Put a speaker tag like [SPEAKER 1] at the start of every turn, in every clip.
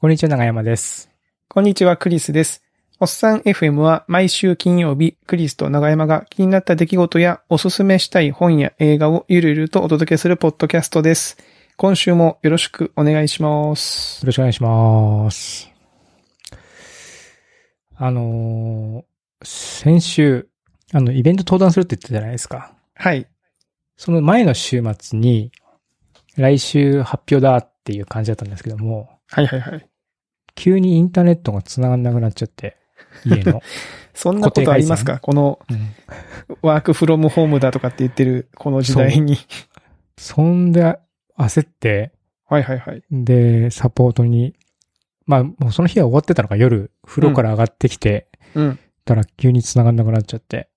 [SPEAKER 1] こんにちは、長山です。
[SPEAKER 2] こんにちは、クリスです。おっさん FM は毎週金曜日、クリスと長山が気になった出来事やおすすめしたい本や映画をゆるゆるとお届けするポッドキャストです。今週もよろしくお願いします。
[SPEAKER 1] よろしくお願いします。あのー先週、あの、イベント登壇するって言ってたじゃないですか。
[SPEAKER 2] はい。
[SPEAKER 1] その前の週末に、来週発表だっていう感じだったんですけども、
[SPEAKER 2] はいはいはい。
[SPEAKER 1] 急にインターネットが繋がんなくなっちゃって、家の。
[SPEAKER 2] そんなことありますかこの
[SPEAKER 1] うん
[SPEAKER 2] ワークフロムホームだとかって言ってるこの時代に。
[SPEAKER 1] そんで、焦って、
[SPEAKER 2] はいはいはい。
[SPEAKER 1] で、サポートに、まあ、もうその日は終わってたのか、夜、風呂から上がってきて、
[SPEAKER 2] うん。
[SPEAKER 1] たら急に繋がんなくなっちゃって。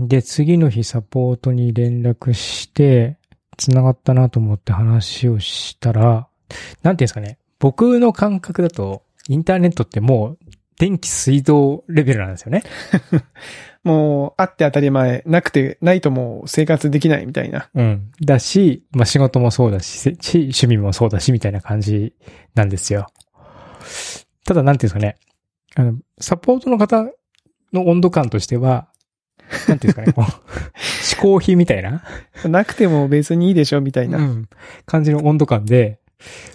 [SPEAKER 1] で、次の日サポートに連絡して、繋がったなと思って話をしたら、なんていうんですかね、僕の感覚だと、インターネットってもう、電気水道レベルなんですよね。
[SPEAKER 2] もう、あって当たり前、なくて、ないともう生活できないみたいな。
[SPEAKER 1] うん。だし、まあ、仕事もそうだし、せし趣味もそうだし、みたいな感じなんですよ。ただ、なんていうんですかね。あの、サポートの方の温度感としては、なんていうんですか ね、こう、嗜好品みたいな、
[SPEAKER 2] なくても別にいいでしょみたいな。
[SPEAKER 1] うん感じの温度感で、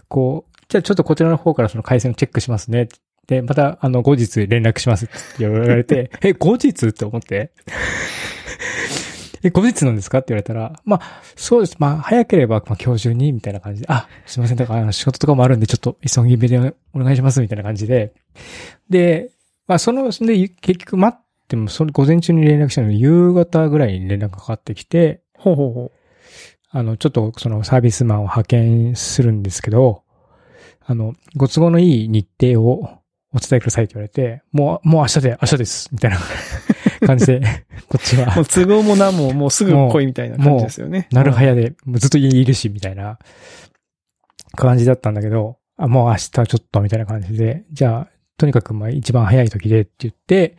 [SPEAKER 1] こう、じゃあちょっとこちらの方からその回線をチェックしますね。で、また、あの、後日連絡しますって言われて、 え、後日って思って。 え、後日なんですかって言われたら、まあ、そうです。まあ、早ければ、まあ、今日中に、みたいな感じで、あ、すいません。だから、あの仕事とかもあるんで、ちょっと急ぎ目でお願いします、みたいな感じで。で、まあ、その、そんで、結局待っても、その午前中に連絡したのに、夕方ぐらいに連絡がかかってきて、
[SPEAKER 2] ほうほうほ
[SPEAKER 1] あの、ちょっとそのサービスマンを派遣するんですけど、あの、ご都合のいい日程をお伝えくださいって言われて、もう、もう明日で、明日ですみたいな 感じで、 こっち
[SPEAKER 2] う。も
[SPEAKER 1] は
[SPEAKER 2] う、都合も何も、もうすぐ来いみたいな感じですよね。
[SPEAKER 1] なるはやで、もうずっと家にいるし、みたいな感じだったんだけど、あ、もう明日ちょっと、みたいな感じで、じゃあ、とにかく、まあ、一番早い時でって言って、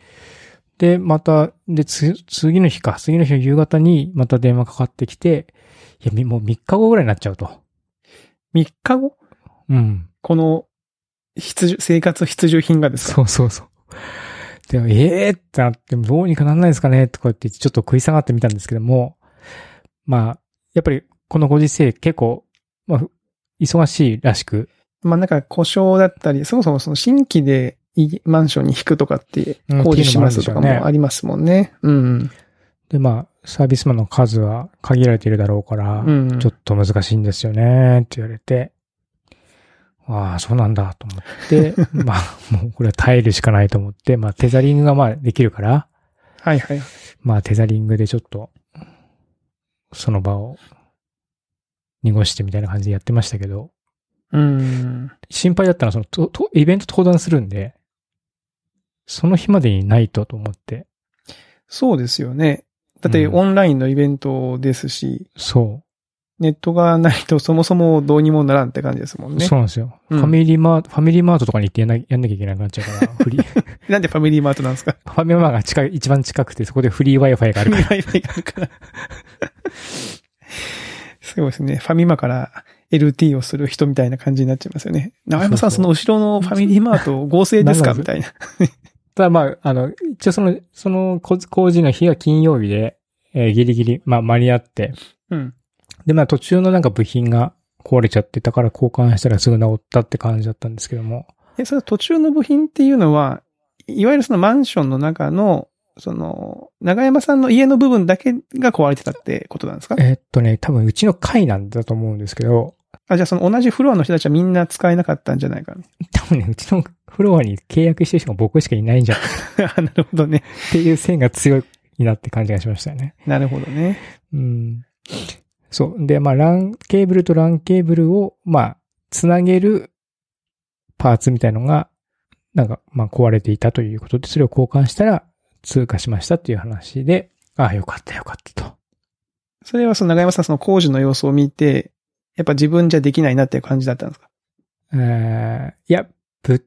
[SPEAKER 1] で、また、で、つ、次の日か、次の日の夕方に、また電話かかってきて、いや、みもう3日後ぐらいになっちゃうと。
[SPEAKER 2] 3日後
[SPEAKER 1] うん。
[SPEAKER 2] この必需、生活必需品がですか
[SPEAKER 1] そうそうそう。でも、ええー、ってなって、どうにかなんないですかねってこうやってちょっと食い下がってみたんですけども、まあ、やっぱりこのご時世結構、まあ、忙しいらしく、
[SPEAKER 2] まあなんか故障だったり、そもそもその新規でいマンションに引くとかって
[SPEAKER 1] うん
[SPEAKER 2] 工事しますとか
[SPEAKER 1] っていうのも
[SPEAKER 2] も
[SPEAKER 1] あ
[SPEAKER 2] ありますもんね。うん。
[SPEAKER 1] で、まあ、サービスマンの数は限られているだろうから、
[SPEAKER 2] うん。
[SPEAKER 1] ちょっと難しいんですよね、って言われて、ああ、そうなんだ、と思 って、まあ、もうこれは耐えるしかないと思って、まあ、テザリングがまあできるから、
[SPEAKER 2] はいはい。
[SPEAKER 1] まあ、テザリングでちょっと、その場を濁してみたいな感じでやってましたけど、
[SPEAKER 2] うん。
[SPEAKER 1] 心配だったのは、そのと、と、イベント登壇するんで、その日までにないとと思って、
[SPEAKER 2] そうですよね。だって
[SPEAKER 1] うん
[SPEAKER 2] オンラインのイベントですし、
[SPEAKER 1] そ
[SPEAKER 2] ネットがないとそもそもどうにもならんって感じですも
[SPEAKER 1] う、
[SPEAKER 2] んね
[SPEAKER 1] そ。うなんですよ。
[SPEAKER 2] うん
[SPEAKER 1] ファミリーマート、ファミリーマートとかに行ってやんなやんなきゃいけなくなっちゃうから、フリー、 フ
[SPEAKER 2] なんでファミリーマートなんですか
[SPEAKER 1] ァミマが近い、一番近くて、そこでフリー Wi-Fi があ
[SPEAKER 2] フ
[SPEAKER 1] るか
[SPEAKER 2] ァミ
[SPEAKER 1] ら、
[SPEAKER 2] マ 以外があるから。すごいですね。ファミマから LT をする人みたいな感じになっちゃいますよね。長山さん、
[SPEAKER 1] そ
[SPEAKER 2] そう
[SPEAKER 1] そ
[SPEAKER 2] の後ろのファミリーマート合成ですか
[SPEAKER 1] 何なん
[SPEAKER 2] みたいな。
[SPEAKER 1] ただ まあ、あの、一応その、その工工事の日は金曜日で、えーギリギリ、まあ、間に合って、
[SPEAKER 2] うん。
[SPEAKER 1] で、まあ途中のなんか部品が壊れちゃってたから交換したらすぐ治ったって感じだったんですけども。
[SPEAKER 2] え、その途中の部品っていうのは、いわゆるそのマンションの中の、その、長山さんの家の部分だけが壊れてたってことなんですか
[SPEAKER 1] えーっとね、多分うちの階なんだと思うんですけど、
[SPEAKER 2] あ、じゃあその同じフロアの人たちはみんな使えなかったんじゃないか
[SPEAKER 1] 多分ね、うちのフロアに契約してる人が僕しかいないんじゃんっ
[SPEAKER 2] な。あなるほどね。
[SPEAKER 1] ていう線が強いなって感じがしましたよね。
[SPEAKER 2] なるほどね。
[SPEAKER 1] うん。そう。で、まあ、LAN ケーブルと LAN ケーブルを、まあ、つなげるパーツみたいのが、なんか、まあ、壊れていたということで、それを交換したら通過しましたっていう話で、ああ、よかったよかったと。
[SPEAKER 2] それはその長山さん、その工事の様子を見て、やっぱ自分じゃできないなっていう感じだったんですか
[SPEAKER 1] えーいや、ぶっ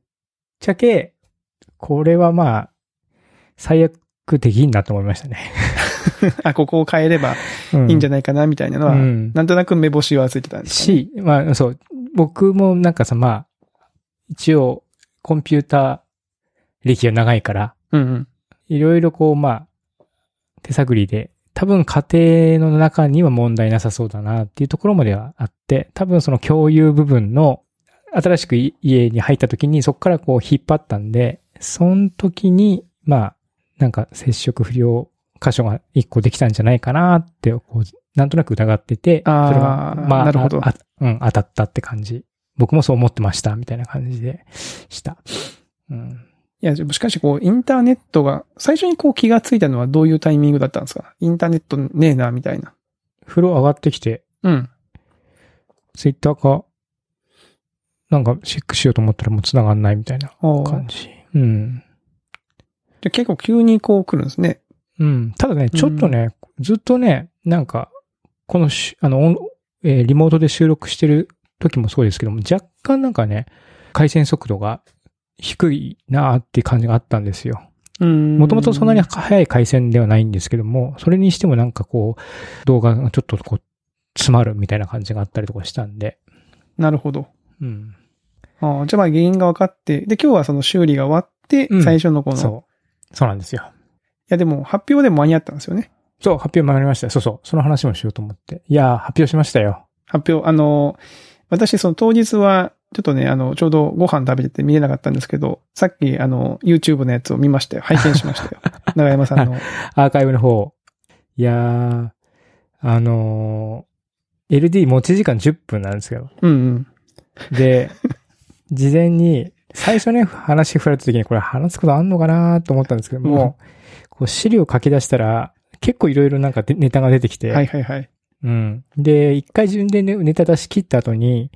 [SPEAKER 1] ちゃけ、これはまあ、最悪できんなと思いましたね。
[SPEAKER 2] あ、ここを変えればいいんじゃないかな、みたいなの
[SPEAKER 1] な
[SPEAKER 2] は、
[SPEAKER 1] いうん。
[SPEAKER 2] なんとなく目星はついてたんですかね、
[SPEAKER 1] し、まあ、そう、僕もなんかさ、まあ、一応、コンピューター歴が長いから、
[SPEAKER 2] うんうん。
[SPEAKER 1] いろいろこう、まあ、手探りで、多分家庭の中には問題なさそうだなっていうところまではあって、多分その共有部分の、新しくい家に入った時にそこからこう引っ張ったんで、その時に、まあ、なんか接触不良箇所が一個できたんじゃないかなって、こう、なんとなく疑ってて、それ
[SPEAKER 2] あー
[SPEAKER 1] が、まあ、
[SPEAKER 2] なるほど
[SPEAKER 1] ああうん、当たったって感じ。僕もそう思ってました、みたいな感じでした。うん。
[SPEAKER 2] いや、でもしかしこう、インターネットが、最初にこう気がついたのはどういうタイミングだったんですかインターネットねえな、みたいな。
[SPEAKER 1] 風呂上がってきて、
[SPEAKER 2] うん。
[SPEAKER 1] ツイッターか、なんかチェックしようと思ったらもう繋がんないみたいな
[SPEAKER 2] ああ
[SPEAKER 1] 感じ。うん。
[SPEAKER 2] で結構急にこう来るんですね。
[SPEAKER 1] うん。ただね、ちょっとね、ずっとね、なんか、このし、あの、オンえーリモートで収録してる時もそうですけども、若干なんかね、回線速度が低いなーっていう感じがあったんですよ。
[SPEAKER 2] うん
[SPEAKER 1] もともとそんなに速い回線ではないんですけども、それにしてもなんかこう、動画がちょっとこう、詰まるみたいな感じがあったりとかしたんで、
[SPEAKER 2] なるほど。
[SPEAKER 1] うん。
[SPEAKER 2] ああじゃあまあ原因が分かって、で、今日はその修理が終わって
[SPEAKER 1] う、ん
[SPEAKER 2] 最初のこの、い
[SPEAKER 1] そう。そうなんですよ。
[SPEAKER 2] やでも発表でも間に合ったんですよね。
[SPEAKER 1] そう、発表もありました。そうそう。その話もしようと思って。いやー、発表しましたよ。
[SPEAKER 2] 発表、あの、私その当日は、ちょっとね、あの、ちょうどご飯食べてて見れなかったんですけど、さっきあの、YouTube のやつを見ましたよ。拝見し ましたよ。長山さんの。
[SPEAKER 1] アーカイブの方。いやー、あのー、LD 持ち時間10分なんですよ。
[SPEAKER 2] うんうん。
[SPEAKER 1] で、事前に、最初ね、話振られた時にこれ話すことあんのかなと思ったんですけども、こう資料書き出したら、結構いろいろなんかでネタが出てきて、
[SPEAKER 2] はいはいはい。
[SPEAKER 1] うん。で、一回自分でねネタ出し切った後に、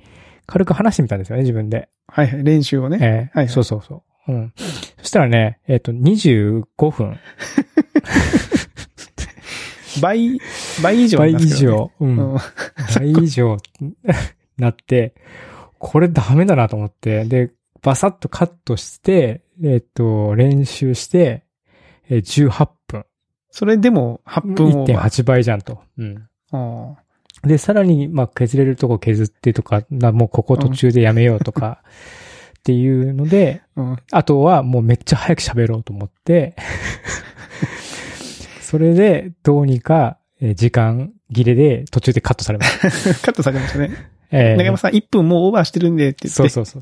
[SPEAKER 1] 軽く話してみたんですよね、自分で。
[SPEAKER 2] はいはい。練習をね。
[SPEAKER 1] ええ
[SPEAKER 2] はい
[SPEAKER 1] そうそうそう。うん。そしたらね、えっ、と、25分。
[SPEAKER 2] 倍、倍以上
[SPEAKER 1] 倍
[SPEAKER 2] にな
[SPEAKER 1] 以
[SPEAKER 2] るんですけどね。
[SPEAKER 1] 上。うん。倍以上なって、これダメだなと思って、で、バサッとカットして、えっ、と、練習して、えー18分。
[SPEAKER 2] それでも8分を。
[SPEAKER 1] 1.8倍じゃんと。うん。
[SPEAKER 2] ああ
[SPEAKER 1] で、さらに、まあ、削れるとこ削ってとか、なもうここ途中でやめようと か、っていうので、
[SPEAKER 2] うん。
[SPEAKER 1] あとはもうめっちゃ早く喋ろうと思って、それでどうにかえー時間切れで途中でカットされま した。
[SPEAKER 2] カットされましたね。
[SPEAKER 1] えー
[SPEAKER 2] 長山さん1分もうオーバーしてるんでって言って。
[SPEAKER 1] そうそうそう。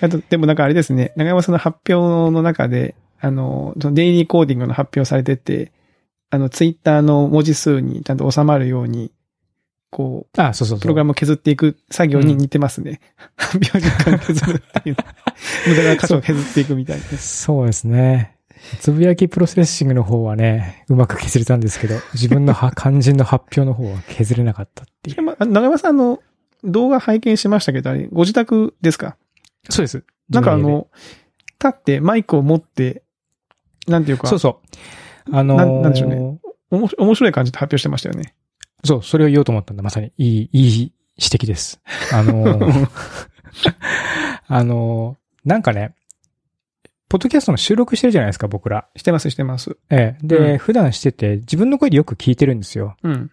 [SPEAKER 2] あと、でもなんかあれですね、長山さんの発表の中で、あの、そのデイリーコーディングの発表されてて、あの、ツイッターの文字数にちゃんと収まるように、こう、
[SPEAKER 1] あ、そうそうそう。
[SPEAKER 2] プログラムを削っていく作業に似てますね。発表時間削るっていう。無駄な箇所を削っていくみたいな。
[SPEAKER 1] そうですね。つぶやきプロセッシングの方はね、うまく削れたんですけど、自分のは肝心の発表の方は削れなかったっていう。
[SPEAKER 2] まあ長山さんの動画拝見しましたけど、あれ、ご自宅ですか
[SPEAKER 1] そうです。
[SPEAKER 2] なんかあ
[SPEAKER 1] 自分の
[SPEAKER 2] の、立ってマイクを持って、なんていう
[SPEAKER 1] 家で、
[SPEAKER 2] か
[SPEAKER 1] そう、そう。あのー
[SPEAKER 2] なんなんでしょうねおもし面白い感じで発表してましたよね。
[SPEAKER 1] そう、それを言おうと思ったんだ、まさに。いい、いい指摘です。あの ーあのーなんかね、ポッドキャストの収録してるじゃないですか、僕ら。
[SPEAKER 2] してます、してます。
[SPEAKER 1] ええ。で、
[SPEAKER 2] うん
[SPEAKER 1] 普段してて、自分の声でよく聞いてるんですよ。
[SPEAKER 2] うん。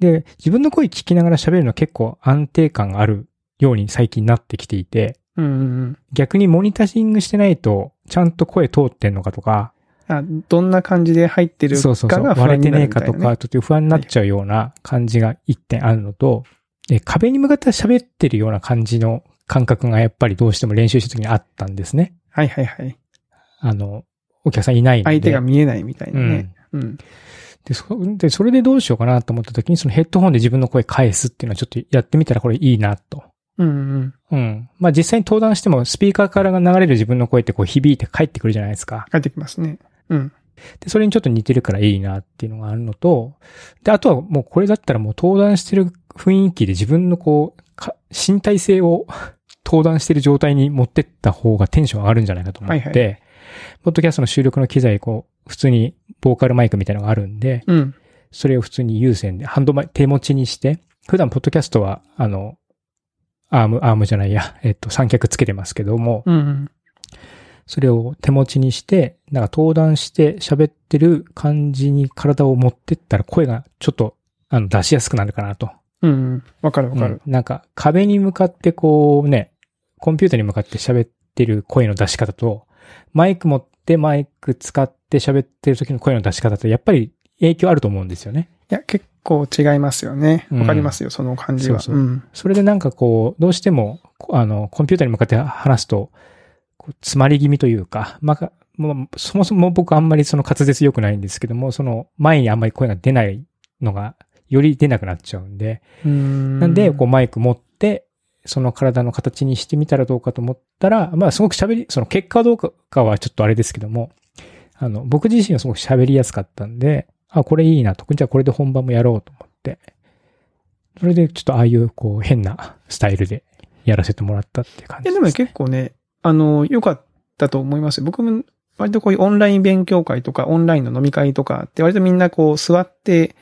[SPEAKER 1] で、自分の声聞きながら喋るの結構安定感があるように最近なってきていて、
[SPEAKER 2] うんうんうん。
[SPEAKER 1] 逆にモニタリングしてないと、ちゃんと声通ってんのかとか、
[SPEAKER 2] あ、どんな感じで入ってる
[SPEAKER 1] そう
[SPEAKER 2] か
[SPEAKER 1] そうそう。
[SPEAKER 2] が
[SPEAKER 1] 割れてねえ
[SPEAKER 2] 不
[SPEAKER 1] か
[SPEAKER 2] 安
[SPEAKER 1] と
[SPEAKER 2] になるみたいな
[SPEAKER 1] か、
[SPEAKER 2] ね
[SPEAKER 1] ちょっと不安になっちゃうような感じが一点あるのと、え壁に向かって喋ってるような感じの感覚がやっぱりどうしても練習した時にあったんですね。
[SPEAKER 2] はいはいはい。
[SPEAKER 1] あの、お客さんいないんで。
[SPEAKER 2] 相手が見えないみたいな
[SPEAKER 1] うん
[SPEAKER 2] ね。。うん。
[SPEAKER 1] で、そ、で、それでどうしようかなと思った時に、そのヘッドホンで自分の声返すっていうのはちょっとやってみたらこれいいなと。
[SPEAKER 2] うんうん。
[SPEAKER 1] うん。まあ、実際に登壇してもスピーカーから流れる自分の声ってこう響いて帰ってくるじゃないですか。
[SPEAKER 2] 帰ってきますね。うん。
[SPEAKER 1] で、それにちょっと似てるからいいなっていうのがあるのと、で、あとはもうこれだったらもう登壇してる雰囲気で自分のこう、か身体性を 登壇してる状態に持ってった方がテンション上がるんじゃないかと思って、
[SPEAKER 2] はいは
[SPEAKER 1] ポッドキャストの収録の機材、こう、普通にボーカルマイクみたいなのがあるんで、
[SPEAKER 2] うん。
[SPEAKER 1] それを普通に有線で、ハンドマイ、手持ちにして、普段ポッドキャストは、あの、アーム、アームじゃないや、えっと、三脚つけてますけども、
[SPEAKER 2] うんうん。
[SPEAKER 1] それを手持ちにして、なんか登壇して喋ってる感じに体を持ってったら声がちょっとあの出しやすくなるかなと。
[SPEAKER 2] うんうん。わかるわかる。
[SPEAKER 1] うんなんか壁に向かってこうね、コンピューターに向かって喋ってる声の出し方と、マイク持ってマイク使って喋ってる時の声の出し方と、やっぱり影響あると思うんですよね。
[SPEAKER 2] いや、結構違いますよね。
[SPEAKER 1] うん
[SPEAKER 2] わかりますよ、その感じは。。
[SPEAKER 1] そうそうんそれでなんかこう、どうしても、こあの、コンピューターに向かって話すと、こう詰まり気味というか、まあ、もうそもそも僕あんまりその滑舌良くないんですけども、その前にあんまり声が出ないのが、より出なくなっちゃうんで、
[SPEAKER 2] うん
[SPEAKER 1] なんで、こうマイク持って、その体の形にしてみたらどうかと思ったら、まあすごく喋り、その結果どうかはちょっとあれですけども、あの、僕自身はすごく喋りやすかったんで、あ、これいいなと。じゃあこれで本番もやろうと思って。それでちょっとああいうこう変なスタイルでやらせてもらったっていう感
[SPEAKER 2] い
[SPEAKER 1] じで、
[SPEAKER 2] や、ですもね結構ね、あの、良かったと思いますよ。僕も、割とこういうオンライン勉強会とか、オンラインの飲み会とかって、割とみんなこう、座って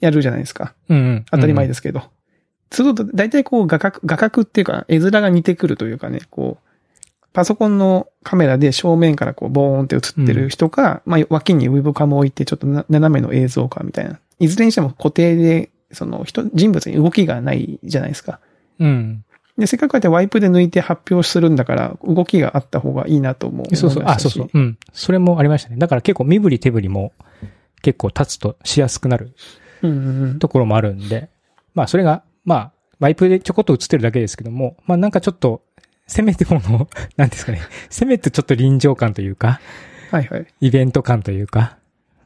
[SPEAKER 2] やるじゃないですか。
[SPEAKER 1] うんうん。
[SPEAKER 2] 当たり前ですすけど。そうすると、大体こう、画角、画角っていうか、絵面が似てくるというかね、こう、パソコンのカメラで正面からこう、ボーンって映ってる人か、まあ、脇にウェブカムを置いて、ちょっとな斜めの映像かみたいな。いずれにしても固定で、その人、人物に動きがないじゃないですか。
[SPEAKER 1] うん。
[SPEAKER 2] で、せっかくこうやってワイプで抜いて発表するんだから、動きがあった方がいいなと思う。
[SPEAKER 1] そうそう。あ、そうそう。。うん。それもありましたね。だから結構身振り手振りも結構立つとしやすくなる
[SPEAKER 2] うんうんうん。
[SPEAKER 1] ところもあるんで、まあそれが、まあ、ワイプでちょこっと映ってるだけですけども、まあなんかちょっと、せめてこの、 なんですかね、せめてちょっと臨場感というか、
[SPEAKER 2] はいはい。
[SPEAKER 1] イベント感というか、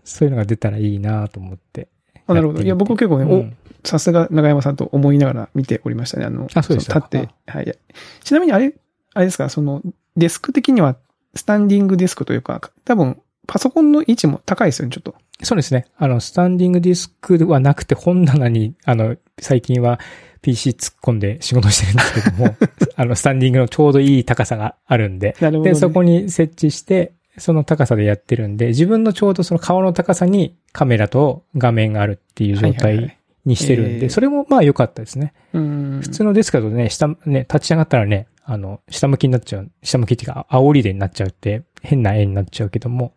[SPEAKER 1] そういうのが出たらいいなと思って。
[SPEAKER 2] あなるほど。いや、僕結構ね、
[SPEAKER 1] う
[SPEAKER 2] お、
[SPEAKER 1] ん
[SPEAKER 2] さすが長山さんと思いながら見ておりましたね。あの、
[SPEAKER 1] あそうでした
[SPEAKER 2] の立って、はい。ちなみにあれ、あれですか、その、デスク的には、スタンディングデスクというか、多分、パソコンの位置も高いですよね、ちょっと。
[SPEAKER 1] そうですね。あの、スタンディングディスクはなくて本棚に、あの、最近は PC 突っ込んで仕事してるんですけど も、あの、スタンディングのちょうどいい高さがあるんで、
[SPEAKER 2] なるほ
[SPEAKER 1] で、そこ
[SPEAKER 2] に。
[SPEAKER 1] に設置して、その高さでやってるんで、自分のちょうどその顔の高さにカメラと画面があるっていう状
[SPEAKER 2] はいはいは
[SPEAKER 1] 態にしてるんで、
[SPEAKER 2] ええ
[SPEAKER 1] それもまあ良かったですね。
[SPEAKER 2] うん。
[SPEAKER 1] 普通のデスクだとね、下、ね、立ち上がったらね、あの、下向きになっちゃう、下向きっていうか、煽りでになっちゃうって、変な絵になっちゃうけども、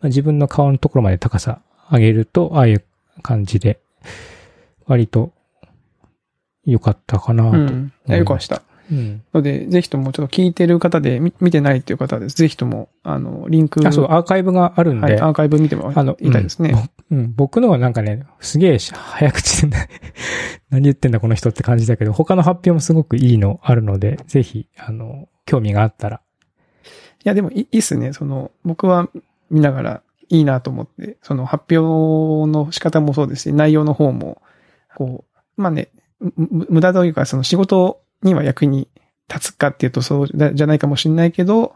[SPEAKER 1] まあ、自分の顔のところまで高さ上げると、ああいう感じで、割と良かったかなと。
[SPEAKER 2] う
[SPEAKER 1] うん。
[SPEAKER 2] ん。いやよかった。ので、ぜひともちょっと聞いてる方で、み見てないっていう方はです。ぜひとも、あの、リンク、
[SPEAKER 1] あ、そう、アーカイブがあるんで、
[SPEAKER 2] はい、アーカイブ見ても
[SPEAKER 1] あの、
[SPEAKER 2] いたいですね。
[SPEAKER 1] うん。うん僕のはなんかね、すげえし早口で、 何言ってんだこの人って感じだけど、他の発表もすごくいいのあるので、ぜひ、あの、興味があったら。
[SPEAKER 2] いや、でもいいいっすね。その、僕は見ながらいいなと思って、その発表の仕方もそうですし、内容の方も、こう、まあね、むむ無駄というか、その仕事には役に立つかっていうとそうじゃじゃないかもしれないけど、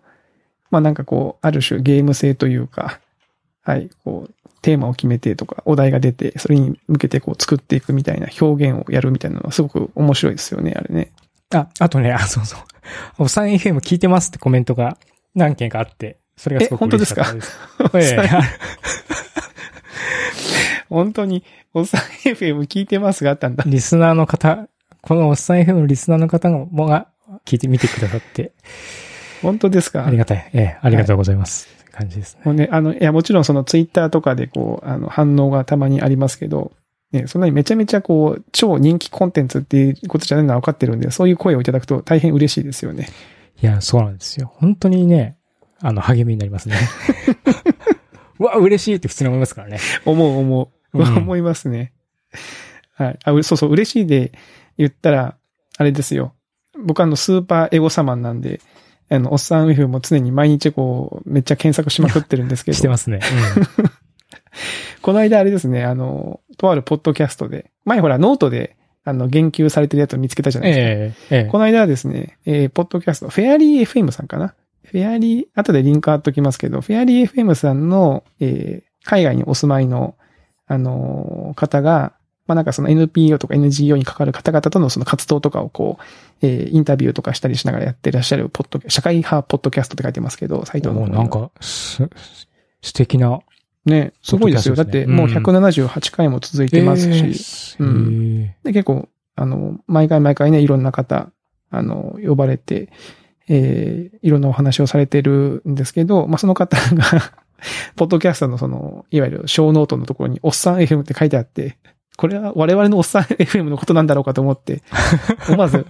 [SPEAKER 2] まあなんかこう、ある種ゲーム性というか、はい、こう、テーマを決めてとか、お題が出て、それに向けてこう作っていくみたいな表現をやるみたいなのはすごく面白いですよね、あれね。
[SPEAKER 1] あ、あとね、あ、そうそう。おさん FM 聞いてますってコメントが何件かあって、それがすごく嬉しかったです。
[SPEAKER 2] 当ですか
[SPEAKER 1] ええ
[SPEAKER 2] 本当に、おっさん FM 聞いてますがあったんだ。
[SPEAKER 1] リスナーの方、このおっさん FM のリスナーの方もが聞いてみてくださって、
[SPEAKER 2] 本当ですか
[SPEAKER 1] ありがたい。ええ、ありがとうございます。って感じですね。
[SPEAKER 2] もうね、あの、いや、もちろんそのツイッターとかでこう、あの、反応がたまにありますけど、ね、そんなにめちゃめちゃこう、超人気コンテンツっていうことじゃないのは分かってるんで、そういう声をいただくと大変嬉しいですよね。
[SPEAKER 1] いや、そうなんですよ。本当にね、あの、励みになりますね。 うわ、嬉しいって普通に思いますからね。
[SPEAKER 2] 思う思う。
[SPEAKER 1] うん
[SPEAKER 2] 思いますね。はい。あ、うそうそう、嬉しいで言ったら、あれですよ。僕あの、スーパーエゴサマンなんで、あの、おっさんウィフも常に毎日こう、めっちゃ検索しまくってるんですけど。
[SPEAKER 1] してますね。
[SPEAKER 2] この間あれですね、あの、とあるポッドキャストで、前ほらノートで、あの、言及されてるやつを見つけた じゃないですか。
[SPEAKER 1] ええ、ええ。
[SPEAKER 2] この間はですね、えーポッドキャスト、フェアリー FM さんかなフェアリー、後でリンク貼っときますけど、フェアリー FM さんの、えー海外にお住まいの、あのー方が、まあ、なんかその NPO とか NGO に関わる方々とのその活動とかをこう、えーインタビューとかしたりしながらやってらっしゃるポッド、社会派ポッドキャストって書いてますけど、サイト
[SPEAKER 1] も
[SPEAKER 2] の方
[SPEAKER 1] う
[SPEAKER 2] に
[SPEAKER 1] なんか、す、素敵な。
[SPEAKER 2] ね、すごいですよ。
[SPEAKER 1] ポ
[SPEAKER 2] だ
[SPEAKER 1] ッ
[SPEAKER 2] っ
[SPEAKER 1] ドキャストですね
[SPEAKER 2] てもううん178回も続いてますし、
[SPEAKER 1] ええ
[SPEAKER 2] うん
[SPEAKER 1] へ
[SPEAKER 2] で、結構、あの、毎回毎回ね、いろんな方、あの、呼ばれて、えーいろんなお話をされてるんですけど、まあ、その方 が、ポッドキャストのその、いわゆる小ノートのところに、おっさん FM って書いてあって、これは我々のおっさん FM のことなんだろうかと思って、 思わず、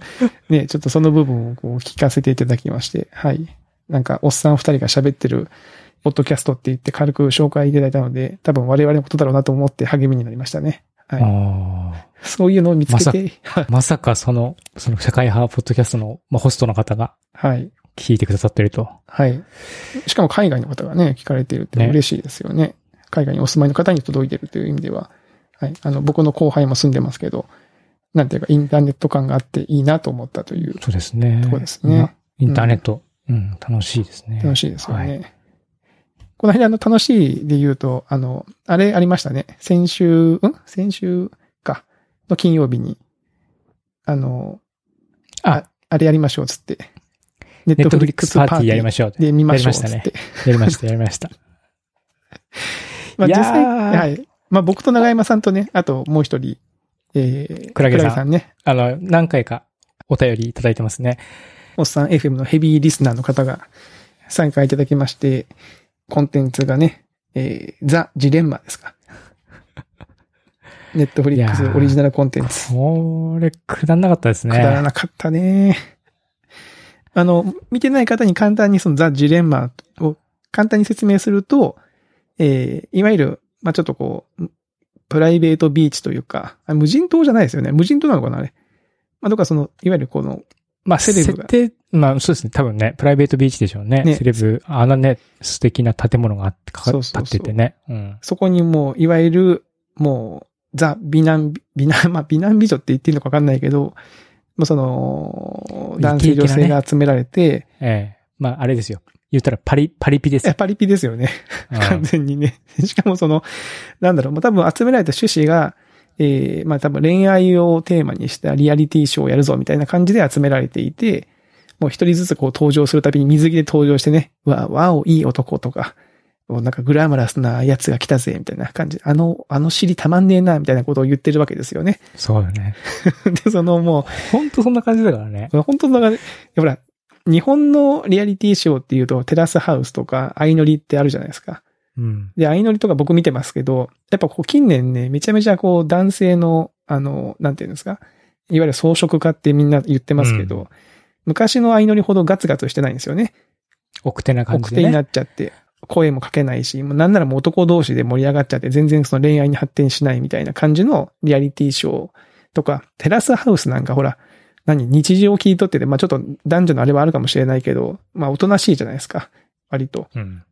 [SPEAKER 2] ね、ちょっとその部分をこう聞かせていただきまして、はい。なんか、おっさん二人が喋ってる、ポッドキャストって言って軽く紹介いただいたので、多分我々のことだろうなと思って励みになりましたね。はい。
[SPEAKER 1] あ
[SPEAKER 2] そういうのを見つけて、
[SPEAKER 1] あ。まさかその、その社会派ポッドキャストの、まあ、ホストの方が
[SPEAKER 2] はい。
[SPEAKER 1] 聞いてくださってると。
[SPEAKER 2] はい。しかも海外の方がね、聞かれてるって
[SPEAKER 1] ね
[SPEAKER 2] 嬉しいですよね。海外にお住まいの方に届いてるという意味では。はい。あの、僕の後輩も住んでますけど、なんていうか、インターネット感があっていいなと思ったという、
[SPEAKER 1] そうですね。
[SPEAKER 2] とこですね
[SPEAKER 1] うん。インターネット。うん、楽しいですね。
[SPEAKER 2] 楽
[SPEAKER 1] し
[SPEAKER 2] しいですよね。
[SPEAKER 1] は
[SPEAKER 2] この間、あの、楽しいで言うと、あの、あれありましたね。先週、ん先週か、の金曜日に、あの、
[SPEAKER 1] あ
[SPEAKER 2] あれやりましょう、つって。ネ
[SPEAKER 1] ネットフリックスパーティーやりま
[SPEAKER 2] し
[SPEAKER 1] しょう。
[SPEAKER 2] で見ましょ
[SPEAKER 1] や
[SPEAKER 2] う、
[SPEAKER 1] りまし
[SPEAKER 2] つ
[SPEAKER 1] た
[SPEAKER 2] って。
[SPEAKER 1] ねやりました、やりました。
[SPEAKER 2] まあ、
[SPEAKER 1] い
[SPEAKER 2] 実
[SPEAKER 1] やー
[SPEAKER 2] 際、はい。まあ、僕と長山さんとね、あともう一人、えー、
[SPEAKER 1] クラゲさん
[SPEAKER 2] ね、
[SPEAKER 1] あの、何回かお便りいただいてますね。
[SPEAKER 2] おっさん FM のヘビーリスナーの方が参加いただきまして、コンテンツがね、えー、ザ・ジレンマです か。ネットフリックス
[SPEAKER 1] いやー
[SPEAKER 2] オリジナルコンテンツ。
[SPEAKER 1] これ、くだらなかったです
[SPEAKER 2] く
[SPEAKER 1] ね。
[SPEAKER 2] だらなかったね。あの、見てない方に簡単にそのザ・ジレンマを簡単に説明すると、えー、いわゆる、まあ、ちょっとこう、プライベートビーチというか、あ無人島じゃないですよね。無人島なのかなあれ。まあ、どっかその、いわゆるこの、
[SPEAKER 1] まあ、
[SPEAKER 2] セ
[SPEAKER 1] セ
[SPEAKER 2] レ
[SPEAKER 1] レ
[SPEAKER 2] ブ
[SPEAKER 1] ブ
[SPEAKER 2] が
[SPEAKER 1] 設定、まあ、そうですね。多分ね、プライベートビーチでしょうね。
[SPEAKER 2] ね
[SPEAKER 1] セレブ、あのね、素敵な建物があって、か
[SPEAKER 2] そうそうそう
[SPEAKER 1] 立っててね。うん。
[SPEAKER 2] そこにもう、いわゆる、もう、ザ・美男、美男、まあ、美男美女って言っていいのかわかんないけど、もうその、男性
[SPEAKER 1] イケイケ
[SPEAKER 2] 女
[SPEAKER 1] なね
[SPEAKER 2] 性が集められて、
[SPEAKER 1] ええまあ、あれですよ。言ったらパリ、パリピです
[SPEAKER 2] やっ
[SPEAKER 1] よ。
[SPEAKER 2] ぱりピですよね。
[SPEAKER 1] うん
[SPEAKER 2] 完全にね。 しかもその、なんだろう、もう多分集められた趣旨が、えー、まあ多分恋愛をテーマにしたリアリティショーをやるぞみたいな感じで集められていて、もう一人ずつこう登場するたびに水着で登場してね、わ、わお、いい男とか、おなんかグラマラスなやつが来たぜ、みたいな感じ。あの、あの尻たまんねえな、みたいなことを言ってるわけですよね。
[SPEAKER 1] そうよね。
[SPEAKER 2] で、そのもう、
[SPEAKER 1] ほんとそんな感じだからね。
[SPEAKER 2] 本当だから、ほら、日本のリアリティショーっていうと、テラスハウスとか、相乗りってあるじゃないですか。
[SPEAKER 1] うん。
[SPEAKER 2] で、相乗りとか僕見てますけど、やっぱこう近年ね、めちゃめちゃこう男性の、あの、なんていうんですか、いわゆる装飾家ってみんな言ってますけ
[SPEAKER 1] う
[SPEAKER 2] ど、
[SPEAKER 1] ん
[SPEAKER 2] 昔の相乗りほどガツガツしてないんですよね。
[SPEAKER 1] 奥手な感
[SPEAKER 2] 奥
[SPEAKER 1] じ
[SPEAKER 2] 手
[SPEAKER 1] で、
[SPEAKER 2] に
[SPEAKER 1] ね。
[SPEAKER 2] なっちゃって、声もかけないし、もうなんならもう男同士で盛り上がっちゃって、全然その恋愛に発展しないみたいな感じのリアリティショーとか、テラスハウスなんかほら、何、日常を切り取ってて、まあちょっと男女のあれはあるかもしれないけど、まあおとなしいじゃないですか、割と。
[SPEAKER 1] うん。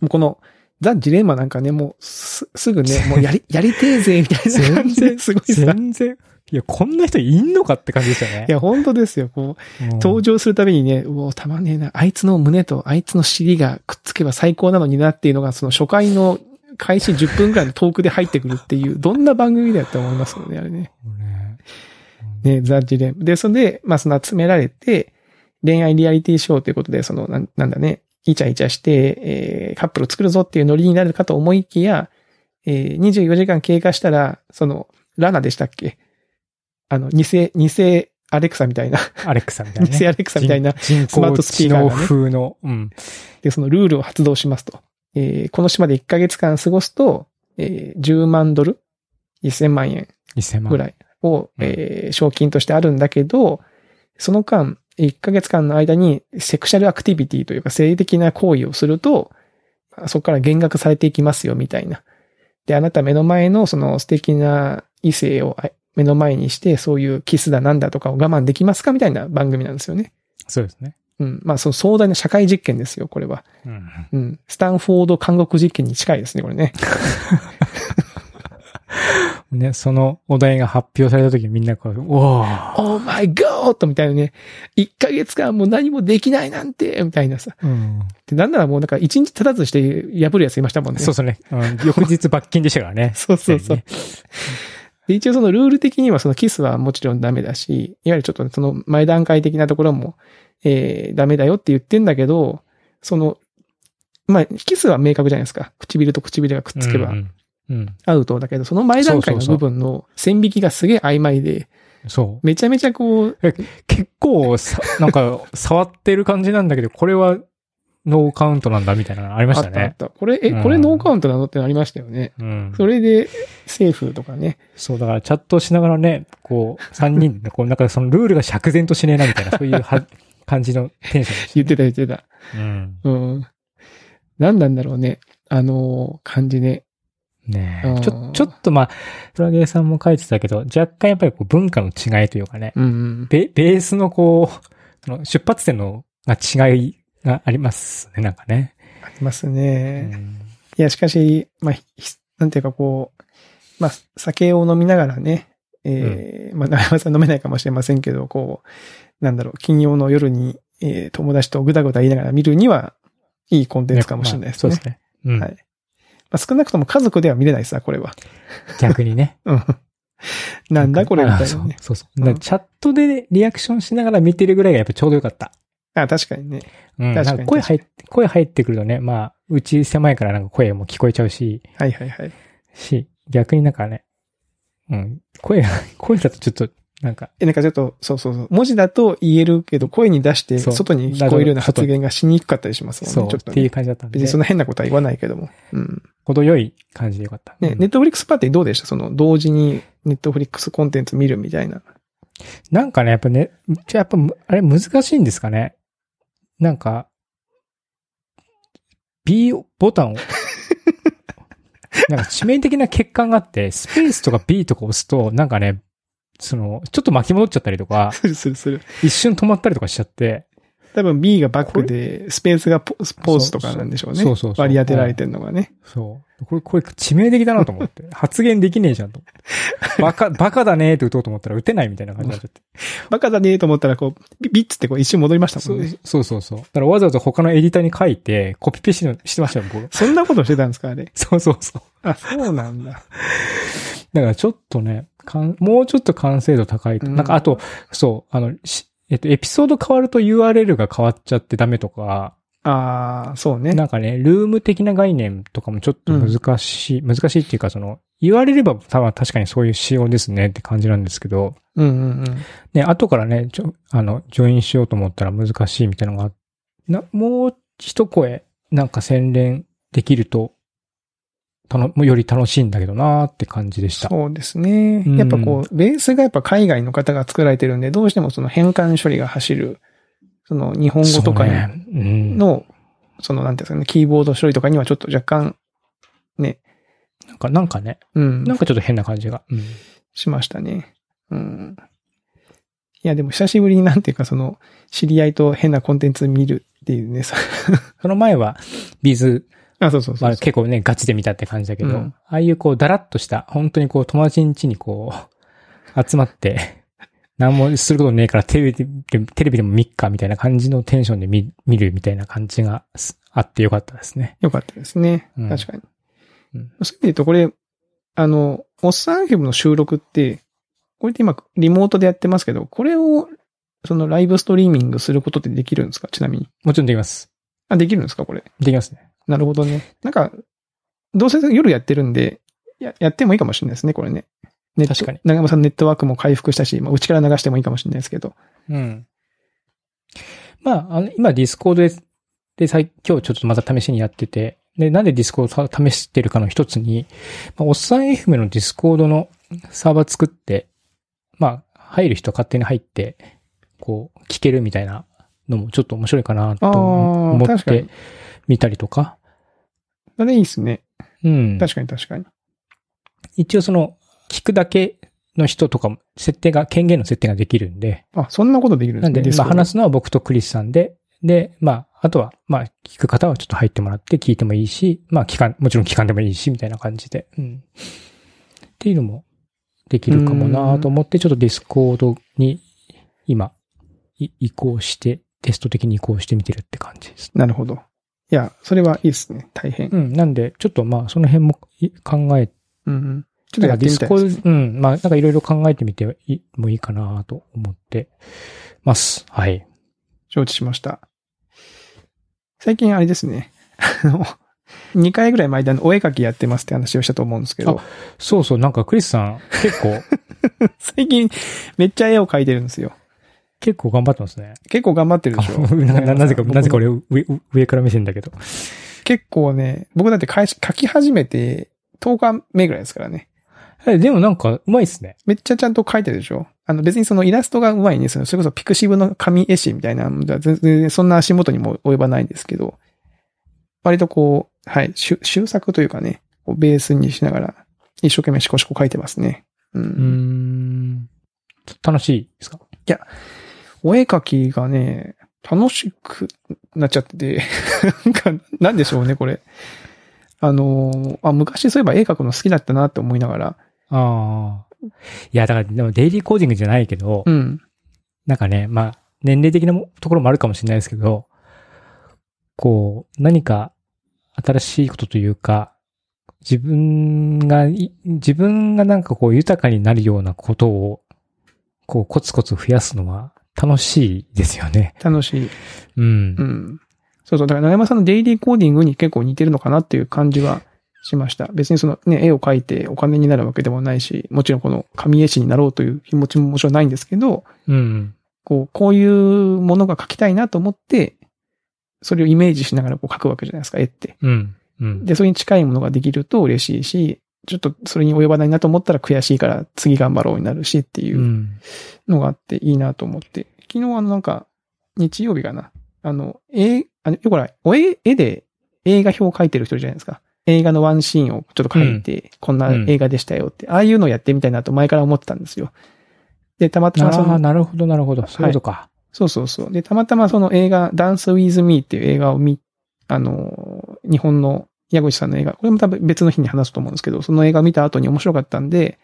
[SPEAKER 2] もうこの、ザ・ジレンマなんかね、もうす、すぐ ね、もうやり、やりてえぜ、みたいな感じで、すごいさ。い
[SPEAKER 1] 全然。いや、こんな人いんのかって感じでしたね。
[SPEAKER 2] や、本当ですよ。こう、
[SPEAKER 1] うん、
[SPEAKER 2] 登場するたびにね、うおたまんねえな、あいつの胸とあいつの尻がくっつけば最高なのになっていうのが、その初回の開始10分くらいのトークで入ってくるっていう、どんな番組だよって思いますよね、あれね。
[SPEAKER 1] ね。
[SPEAKER 2] ね、ザ・ジレンマ。で、そんで、まあ、その集められて、恋愛リアリティショーということで、その、なんなんだね、イチャイチャして、えーカップルを作るぞっていうノリになるかと思いきや、えー24時間経過したら、その、ラナでしたっけあの、偽、偽アレクサみたいな、
[SPEAKER 1] アレックさんみたいな、ね。
[SPEAKER 2] 偽アレクサみたいな、
[SPEAKER 1] 人
[SPEAKER 2] スマー
[SPEAKER 1] 工
[SPEAKER 2] トスピ
[SPEAKER 1] 知
[SPEAKER 2] ーカーがね
[SPEAKER 1] 能風の、うん。
[SPEAKER 2] で、そのルールを発動しますと。えーこの島で1ヶ月間過ごすと、えー10万ドル ?1000 万円。
[SPEAKER 1] 2000万。
[SPEAKER 2] ぐ
[SPEAKER 1] い。
[SPEAKER 2] らいを、
[SPEAKER 1] うん
[SPEAKER 2] えー賞金としてあるんだけど、その間、1ヶ月間の間にセクシャルアクティビティというか性的な行為をすると、そこから減額されていきますよ、みたいな。で、あなた目の前のその素敵な異性をあ目の前にして、そういうキスだなんだとかを我慢できますかみたいな番組なんですよね。
[SPEAKER 1] そうですね。
[SPEAKER 2] うん。まあ、その壮大な社会実験ですよ、これは。
[SPEAKER 1] うん。
[SPEAKER 2] うん。スタンフォード監獄実験に近いですね、これね。
[SPEAKER 1] ね、そのお題が発表された時みんなこう、おー
[SPEAKER 2] オーマイゴーみたいなね。1ヶ月間もう何もできないなんてみたいなさ。
[SPEAKER 1] うん。
[SPEAKER 2] で、なんならもうなんか一日経たずして破るやついましたもんね。。
[SPEAKER 1] そうそうね。 うん翌日罰金でしたからね
[SPEAKER 2] そうそうそう。で、一応そのルール的にはそのキスはもちろんダメだし、いわゆるちょっとその前段階的なところも、えー、ダメだよって言ってんだけど、その、まあ、キスは明確じゃないですか。唇と唇がくっつけば
[SPEAKER 1] うんうん。うん
[SPEAKER 2] アウトだけど、その前段階の
[SPEAKER 1] そうそ
[SPEAKER 2] 部
[SPEAKER 1] うそ
[SPEAKER 2] 分の線引きがすげえ曖昧で、
[SPEAKER 1] そ
[SPEAKER 2] めちゃめちゃこう、
[SPEAKER 1] う。結構さ、なんか、触ってる感じなんだけど、これは、ノーカウントなんだみたいなのありました
[SPEAKER 2] あっ
[SPEAKER 1] ね。
[SPEAKER 2] たあった。これ、え、
[SPEAKER 1] うん
[SPEAKER 2] これノーカウントなのってなりましたよね。
[SPEAKER 1] うん。
[SPEAKER 2] それで、セーフとかね。
[SPEAKER 1] そう、だからチャットしながらね、こう、3人で、こう、なんかそのルールが釈然としねえなみたいな、そういう は感じのテンションでし
[SPEAKER 2] 言ってた言ってた。
[SPEAKER 1] た。うん。
[SPEAKER 2] うん。何なんだろうね。あのー感じね。
[SPEAKER 1] ね
[SPEAKER 2] うん
[SPEAKER 1] え。ちょ、ちょっとまあ、プラゲーさんも書いてたけど、若干やっぱりこう文化の違いというかね、
[SPEAKER 2] うんうん。
[SPEAKER 1] ベベースのこう、その出発点のが違いがありますね、なんかね。
[SPEAKER 2] あります
[SPEAKER 1] う
[SPEAKER 2] ね。
[SPEAKER 1] ん
[SPEAKER 2] いや、しかし、まあ、ひなんていうかこう、まあ、酒を飲みながらね、えーまあ、長山さん飲めないかもしれませんけど、こう、なんだろう、金曜の夜に、えー友達とぐだぐだ言いながら見るには、いいコンテンツかもしれないですね。
[SPEAKER 1] まあそうですね。うん。
[SPEAKER 2] はいまあ、少なくとも家族では見れないですな、これは。
[SPEAKER 1] 逆にね。
[SPEAKER 2] うん。なんだこれみたい
[SPEAKER 1] そ
[SPEAKER 2] な
[SPEAKER 1] う
[SPEAKER 2] ね。
[SPEAKER 1] そうそう。だからチャットでリアクションしながら見てるぐらいがやっぱちょうどよかった。
[SPEAKER 2] あ、確かにね。
[SPEAKER 1] うん。
[SPEAKER 2] 確か
[SPEAKER 1] な
[SPEAKER 2] に
[SPEAKER 1] んか声入って、声入ってくるとね、まあ、うち狭いからなんか声も聞こえちゃうし、
[SPEAKER 2] はいはいはい。
[SPEAKER 1] し、逆になんかね、うん。声が、声だとちょっと、なんか、
[SPEAKER 2] え、なんかちょっと、そうそうそう。文字だと言えるけど、声に出して、
[SPEAKER 1] そう
[SPEAKER 2] 外に聞こえるような発言がしにくかったりします
[SPEAKER 1] そ
[SPEAKER 2] もん
[SPEAKER 1] う、
[SPEAKER 2] ね。ちょっ
[SPEAKER 1] っ
[SPEAKER 2] と
[SPEAKER 1] ていう
[SPEAKER 2] ね。
[SPEAKER 1] 感じだったんで
[SPEAKER 2] 別に、そんな変なことは言わないけども。うん。
[SPEAKER 1] 程よい感じでよかった。
[SPEAKER 2] ね、
[SPEAKER 1] うん
[SPEAKER 2] ネットフリックスパーティーどうでしたその、同時にネットフリックスコンテンツ見るみたいな。
[SPEAKER 1] なんかね、やっぱね、じゃあやっぱ、あれ難しいんですかね。なんか、B ボタンを、なんか致命的な欠陥があって、スペースとか B とか押すと、なんかね、その、ちょっと巻き戻っちゃったりとか、
[SPEAKER 2] するするする。
[SPEAKER 1] 一瞬止まったりとかしちゃって、
[SPEAKER 2] 多分 B がバックで、スペースがポポーズとかなんでしょうね。
[SPEAKER 1] そうそうそう
[SPEAKER 2] 割り当てられてるのがね。
[SPEAKER 1] そう。これ、これ致命的だなと思って。発言できねえじゃんと思って。バカ、バカだねーって打とうと思ったら打てないみたいな感じになっちゃって。
[SPEAKER 2] バカだねと思ったら、こう、ビビッつってこう一瞬戻りました
[SPEAKER 1] そ
[SPEAKER 2] もん
[SPEAKER 1] う
[SPEAKER 2] ね。
[SPEAKER 1] そうそうそう。だからわざわざ他のエディターに書いて、コピペしのしてましたよ、僕。
[SPEAKER 2] そんなことしてたんですかあれ。
[SPEAKER 1] そうそうそう。
[SPEAKER 2] あ、そうなんだ。
[SPEAKER 1] だからちょっとね、かんもうちょっと完成度高いと。
[SPEAKER 2] うん
[SPEAKER 1] なんかあと、そう、あの、しえっと、エピソード変わると URL が変わっちゃってダメとか、
[SPEAKER 2] ああ、そうね。
[SPEAKER 1] なんかね、ルーム的な概念とかもちょっと難しい、難しいっていうか、その、言われれば多分確かにそういう仕様ですねって感じなんですけど、
[SPEAKER 2] うんうんうん。
[SPEAKER 1] ね、後からね、ちょ、あの、ジョインしようと思ったら難しいみたいなのがあな、もう一声、なんか洗練できると、たの、より楽しいんだけどなーって感じでした。
[SPEAKER 2] そうですね
[SPEAKER 1] う。ん
[SPEAKER 2] やっぱこう、ベースがやっぱ海外の方が作られてるんで、どうしてもその変換処理が走る、その日本語とか
[SPEAKER 1] そうねうん
[SPEAKER 2] の、そのなんていうんですかね、キーボード処理とかにはちょっと若干、
[SPEAKER 1] なんか、なんかね、
[SPEAKER 2] うん、
[SPEAKER 1] なんかちょっと変な感じが。うん。
[SPEAKER 2] しましたね。うん。いや、でも久しぶりになんていうか、その、知り合いと変なコンテンツ見るっていうね、さ
[SPEAKER 1] その前は、ビーズ
[SPEAKER 2] あ、そうそうそ
[SPEAKER 1] は
[SPEAKER 2] うそう。
[SPEAKER 1] 結構ね、ガチで見たって感じだけど、
[SPEAKER 2] うん
[SPEAKER 1] ああいうこう、だらっとした、本当にこう、友達ん家にこう、集まって、 何もすることねえからテレビで、テレビでも見っかみたいな感じのテンションで見見るみたいな感じがすあってよかったですね。
[SPEAKER 2] よかったですね。
[SPEAKER 1] うん
[SPEAKER 2] 確かに。
[SPEAKER 1] うん
[SPEAKER 2] そういう意味で言うと、これ、あの、おっさんフィムの収録って、これって今、リモートでやってますけど、これを、そのライブストリーミングすることってできるんですかちなみに。
[SPEAKER 1] もちろんできます。
[SPEAKER 2] あ、できるんですかこれ。
[SPEAKER 1] できますね。
[SPEAKER 2] なるほどね。なんか、どうせ夜やってるんで、や、やってもいいかもしれないですね、これね。ネット
[SPEAKER 1] 確かに
[SPEAKER 2] 長山さんのネットワークも回復したし、まあ、うちから流してもいいかもしれないですけど。
[SPEAKER 1] うん。まあ、あの、今ディスコードで、で、最今日ちょっとまた試しにやってて、で、なんでディスコードを試してるかの一つに、まあ、おっさん FM のディスコードのサーバー作って、まあ、入る人勝手に入って、こう、聞けるみたいなのもちょっと面白いかなと
[SPEAKER 2] ああ
[SPEAKER 1] 思思っ
[SPEAKER 2] 確か
[SPEAKER 1] て
[SPEAKER 2] に
[SPEAKER 1] みたりとか、
[SPEAKER 2] あれいいですね。
[SPEAKER 1] うん。
[SPEAKER 2] 確かに確かに。
[SPEAKER 1] 一応その、聞くだけの人とかも、設定が、権限の設定ができるんで、
[SPEAKER 2] あ、そんなことできるんで
[SPEAKER 1] な
[SPEAKER 2] す
[SPEAKER 1] ん
[SPEAKER 2] ね。
[SPEAKER 1] で、まあ、
[SPEAKER 2] 話
[SPEAKER 1] 話すのは僕とクリスさんで、で、まあ、あとは、まあ、聞く方はちょっと入ってもらって聞いてもいいし、まあ、期間、もちろん期間でもいいし、みたいな感じで、うん。っていうのもできるかもなと思って、ちょっとディスコードに今、い移行して、テスト的に移行してみてるって感じです。
[SPEAKER 2] なるほど。いや、それはいいですね。大変。
[SPEAKER 1] うん。なんで、ちょっとまあ、その辺もい考えて、
[SPEAKER 2] うんうん。
[SPEAKER 1] ち
[SPEAKER 2] ちょっとやってみたいです
[SPEAKER 1] ディスコード、うん。まあ、なんかいろいろ考えてみていもいいかなと思ってます。はい。
[SPEAKER 2] 承知しました。最近あれですね。あの、2回ぐらい前であのお絵描きやってますって話をしたと思うんですけど、
[SPEAKER 1] そうそう、なんかクリスさん、結構、
[SPEAKER 2] 最近めっちゃ絵を描いてるんですよ。
[SPEAKER 1] 結構頑張ってますね。
[SPEAKER 2] 結構頑張ってるでしょ
[SPEAKER 1] なななぜか、
[SPEAKER 2] 僕も
[SPEAKER 1] なぜか俺上、上から目線だけど。
[SPEAKER 2] 結構ね、僕だって返し書き始めて10日目ぐらいですからね。
[SPEAKER 1] え、でもなんか、うまいっすね。
[SPEAKER 2] めっちゃちゃんと書いてるでしょあの別にそのイラストが上手いんですよ。それこそピクシブの紙絵師みたいなのじゃ全然そんな足元にも及ばないんですけど、割とこう、はい、修修作というかね、をベースにしながら一生懸命シコシコ書いてますね。うん。
[SPEAKER 1] うーん。楽しいですか
[SPEAKER 2] お絵描きがね、楽しくなっちゃって て、なんか、なんでしょうね、これ。あの、あ、昔そういえば絵描くの好きだったなって思いながら、
[SPEAKER 1] ああ。いや、だから、でもデイリーコーディングじゃないけど、
[SPEAKER 2] うん。
[SPEAKER 1] なんかね、まあ、年齢的なもところもあるかもしれないですけど、こう、何か新しいことというか、自分がい、自分がなんかこう豊かになるようなことを、こうコツコツ増やすのは楽しいですよね。
[SPEAKER 2] 楽しい。
[SPEAKER 1] うん。
[SPEAKER 2] うん。そうそう。だから、長山さんのデイリーコーディングに結構似てるのかなっていう感じはしました。別にそのね、絵を描いてお金になるわけでもないし、もちろんこの紙絵師になろうという気持ちももちろんないんですけど、
[SPEAKER 1] うん。
[SPEAKER 2] こう、こういうものが描きたいなと思って、それをイメージしながらこう描くわけじゃないですか、絵って。
[SPEAKER 1] うん。うん。。
[SPEAKER 2] で、それに近いものができると嬉しいし、ちょっとそれに及ばないなと思ったら悔しいから次頑張ろうになるしっていううんのがあっていいなと思って。昨日あのなんか、日曜日かな。あの、え、あの、よくほら、お絵、絵で映画表を書いてる人いるじゃないですか。映画のワンシーンをちょっと書いて、こんな映画でしたよって、ああいうのやってみたいなと前から思ってたんですよ。で、たまたまそ
[SPEAKER 1] ああ、
[SPEAKER 2] の、
[SPEAKER 1] なるほど、なるほど。そういうことか。
[SPEAKER 2] そうそうそう。で、たまたまその映画、ダンスウィズミーっていう映画を見、あの、日本の矢口さんの映画、これも多分別の日に話すと思うんですけど、その映画を見た後に面白かったんで、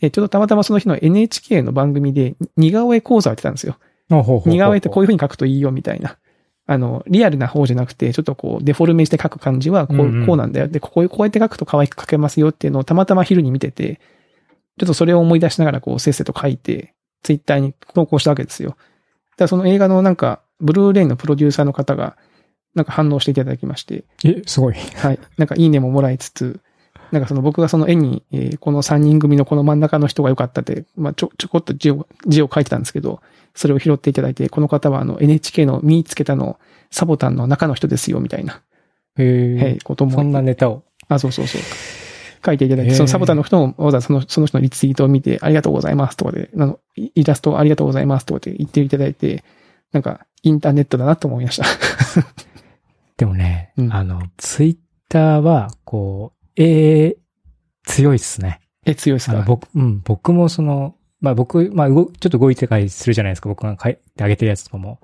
[SPEAKER 2] え、ちょっとたまたまその日の NHK の番組で、似顔絵講座をやってたんですよ。
[SPEAKER 1] あほうほうほうほう
[SPEAKER 2] 似顔絵ってこういう風に描くといいよみたいな。あの、リアルな方じゃなくて、ちょっとこう、デフォルメして描く感じはこう、
[SPEAKER 1] うんうん
[SPEAKER 2] こうなんだよ。で、こここうやって描くと可愛く描けますよっていうのをたまたま昼に見てて、ちょっとそれを思い出しながらこう、せっせと描いて、ツイッターに投稿したわけですよ。だからその映画のなんか、ブルーレイのプロデューサーの方が、なんか反応していただきまして、
[SPEAKER 1] え、すごい。
[SPEAKER 2] はい。なんかいいねももらいつつ、なんかその僕がその絵に、えーこの3人組のこの真ん中の人が良かったって、まあちょ、ちょこっと字を、字を書いてたんですけど、それを拾っていただいて、この方はあの NHK の見つけたのサボタンの中の人ですよ、みたいな、
[SPEAKER 1] へ
[SPEAKER 2] は
[SPEAKER 1] え
[SPEAKER 2] い、。ことも。
[SPEAKER 1] そんなネタを。
[SPEAKER 2] あ、そうそうそう。書いていただい
[SPEAKER 1] へ
[SPEAKER 2] て、
[SPEAKER 1] ー
[SPEAKER 2] そのサボタンの人もわざわざそのその人のリツイートを見て、ありがとうございますとかで、あの、イイラストありがとうございますとかで言っていただいて、なんか、インターネットだなと思いました。
[SPEAKER 1] でもね、
[SPEAKER 2] うん
[SPEAKER 1] あの、ツイッターは、こう、ええ強いっすね。
[SPEAKER 2] え、強いです
[SPEAKER 1] あの
[SPEAKER 2] か
[SPEAKER 1] 僕、うん、僕もその、まあ僕、まあ動、ちょっと動いてたりするじゃないですか。僕が書いてあげてるやつとかも。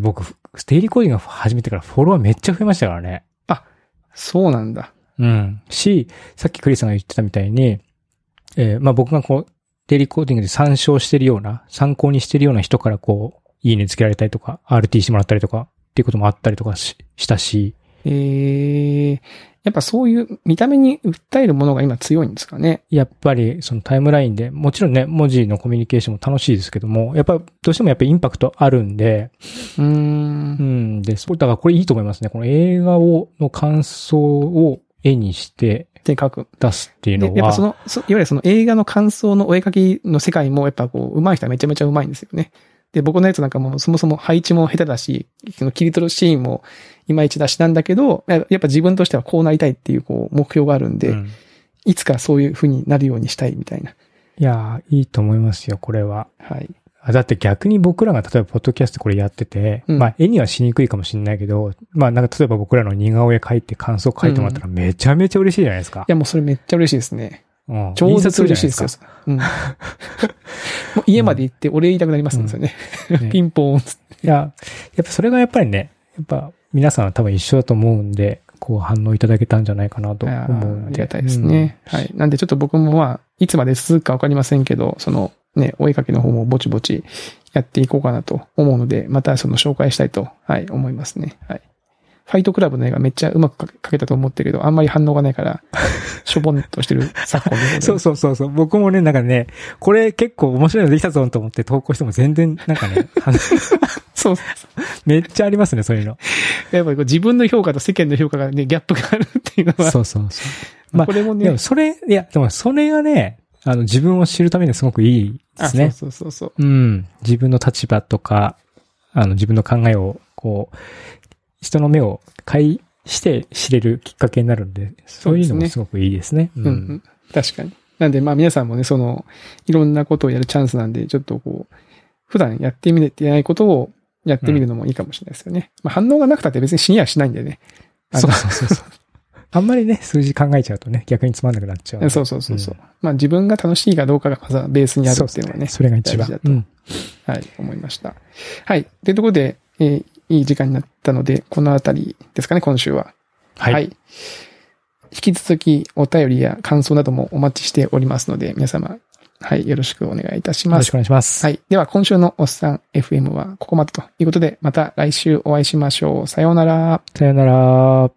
[SPEAKER 1] 僕、ステイリーコーディングを始めてからフォロワーめっちゃ増えましたからね。
[SPEAKER 2] そうなんだ。
[SPEAKER 1] うん。し、さっきクリスさんが言ってたみたいに、えーまあ僕がこう、デイリーコーディングで参照してるような、参考にしてるような人からこう、いいねつけられたりとか、RT してもらったりとか、っていうこともあったりとかししたし、
[SPEAKER 2] えー、やっぱそういう見た目に訴えるものが今強いんですかね。
[SPEAKER 1] やっぱりそのタイムラインで、もちろんね、文字のコミュニケーションも楽しいですけども、やっぱどうしてもやっぱインパクトあるんで、
[SPEAKER 2] うー。
[SPEAKER 1] うんん、です。だからこれいいと思いますね。この映画を、の感想を絵にして
[SPEAKER 2] って書く。
[SPEAKER 1] 出すっていう
[SPEAKER 2] で、や
[SPEAKER 1] の
[SPEAKER 2] っ
[SPEAKER 1] は。
[SPEAKER 2] ぱその、そいわゆるその映画の感想のお絵描きの世界もやっぱこう、上手い人はめちゃめちゃ上手いんですよね。で、僕のやつなんかもうそもそも配置も下手だし、その切り取るシーンもいまいちだしなんだけど、ややっぱ自分としてはこうなりたいっていうこう目標があるんで、
[SPEAKER 1] うん
[SPEAKER 2] いつかそういう風になるようにしたいみたいな。
[SPEAKER 1] いやー、いいと思いますよ、これは。
[SPEAKER 2] はい。
[SPEAKER 1] あだって逆に僕らが例えばポッドキャストこれやってて、
[SPEAKER 2] うん
[SPEAKER 1] まあ絵にはしにくいかもしれないけど、まあなんか例えば僕らの似顔絵描いて感想書いてもらったらめちゃめちゃ嬉しいじゃないですか
[SPEAKER 2] い。や、もうそれめっちゃ嬉しいですね。
[SPEAKER 1] うん
[SPEAKER 2] 超
[SPEAKER 1] 印刷
[SPEAKER 2] 絶
[SPEAKER 1] するじ
[SPEAKER 2] 嬉
[SPEAKER 1] ゃない
[SPEAKER 2] し
[SPEAKER 1] い
[SPEAKER 2] で
[SPEAKER 1] ですす
[SPEAKER 2] よ
[SPEAKER 1] か。。
[SPEAKER 2] うん。も う家まで行ってお礼言いたくなりますんですよね。
[SPEAKER 1] ね
[SPEAKER 2] ピンポーンっつっ
[SPEAKER 1] い
[SPEAKER 2] て。
[SPEAKER 1] や、やっぱそれがやっぱりね、やっぱ皆さんは多分一緒だと思うんで、こう反応いただけたんじゃないかなと
[SPEAKER 2] あ
[SPEAKER 1] 思うんで。
[SPEAKER 2] ーありがたいですね。
[SPEAKER 1] うん
[SPEAKER 2] はい。なんでちょっと僕もまあ、いつまで続くかわかりませんけど、そのね、お絵かきの方もぼちぼちやっていこうかなと思うので、またその紹介したいと、はい、思いますね。はい。ファイトクラブの絵がめっちゃうまく描けたと思ってるけど、あんまり反応がないから、しょぼんとしてる昨今でございます
[SPEAKER 1] そうそうそうそう。僕もね、なんかね、これ結構面白いのできたぞと思って投稿しても全然、なんか ね、あの
[SPEAKER 2] そう。
[SPEAKER 1] めっちゃありますね、そういうの。
[SPEAKER 2] やっぱりこう自分の評価と世間の評価がね、ギャップがあるっていうのは、
[SPEAKER 1] そうそうそう。まあ
[SPEAKER 2] これも
[SPEAKER 1] で
[SPEAKER 2] ね
[SPEAKER 1] も、それ、いや、でもそれがね、あの、自分を知るためにはすごくいいで
[SPEAKER 2] あ、
[SPEAKER 1] すね。
[SPEAKER 2] そうそうそうそ
[SPEAKER 1] う
[SPEAKER 2] う。
[SPEAKER 1] ん。自分の立場とか、あの、自分の考えを、こう、人の目を介して知れるきっかけになるんで、そういうのもすごくいいですね。う
[SPEAKER 2] うんうん。確かに。なんで、まあ皆さんもね、その、いろんなことをやるチャンスなんで、ちょっとこう、普段やってみれてないことをやってみるのもいいかもしれないですよね。まあ反応がなくたって別に死にはしないんだよね。あの
[SPEAKER 1] そうそうそうそう。 あんまりね、数字考えちゃうとね、逆につまんなくなっちゃう。
[SPEAKER 2] そうそうそうそう。まあ自分が楽しいかどうかがまずはベースにあるっていうのはね、
[SPEAKER 1] それが一番
[SPEAKER 2] 大事だ。と
[SPEAKER 1] うん。
[SPEAKER 2] はい、思いました。はい。というところで、えーいい時間になったので、このあたりですかね、今週は。
[SPEAKER 1] はい。
[SPEAKER 2] 引き続きお便りや感想などもお待ちしておりますので、皆様、はい、よろしくお願いいたし
[SPEAKER 1] よ
[SPEAKER 2] ま
[SPEAKER 1] ろし
[SPEAKER 2] す
[SPEAKER 1] くお。願いします。
[SPEAKER 2] はい。では、今週のおっさん FM はここまでということで、また来週お会いしましょう。さようなら。
[SPEAKER 1] さよなら。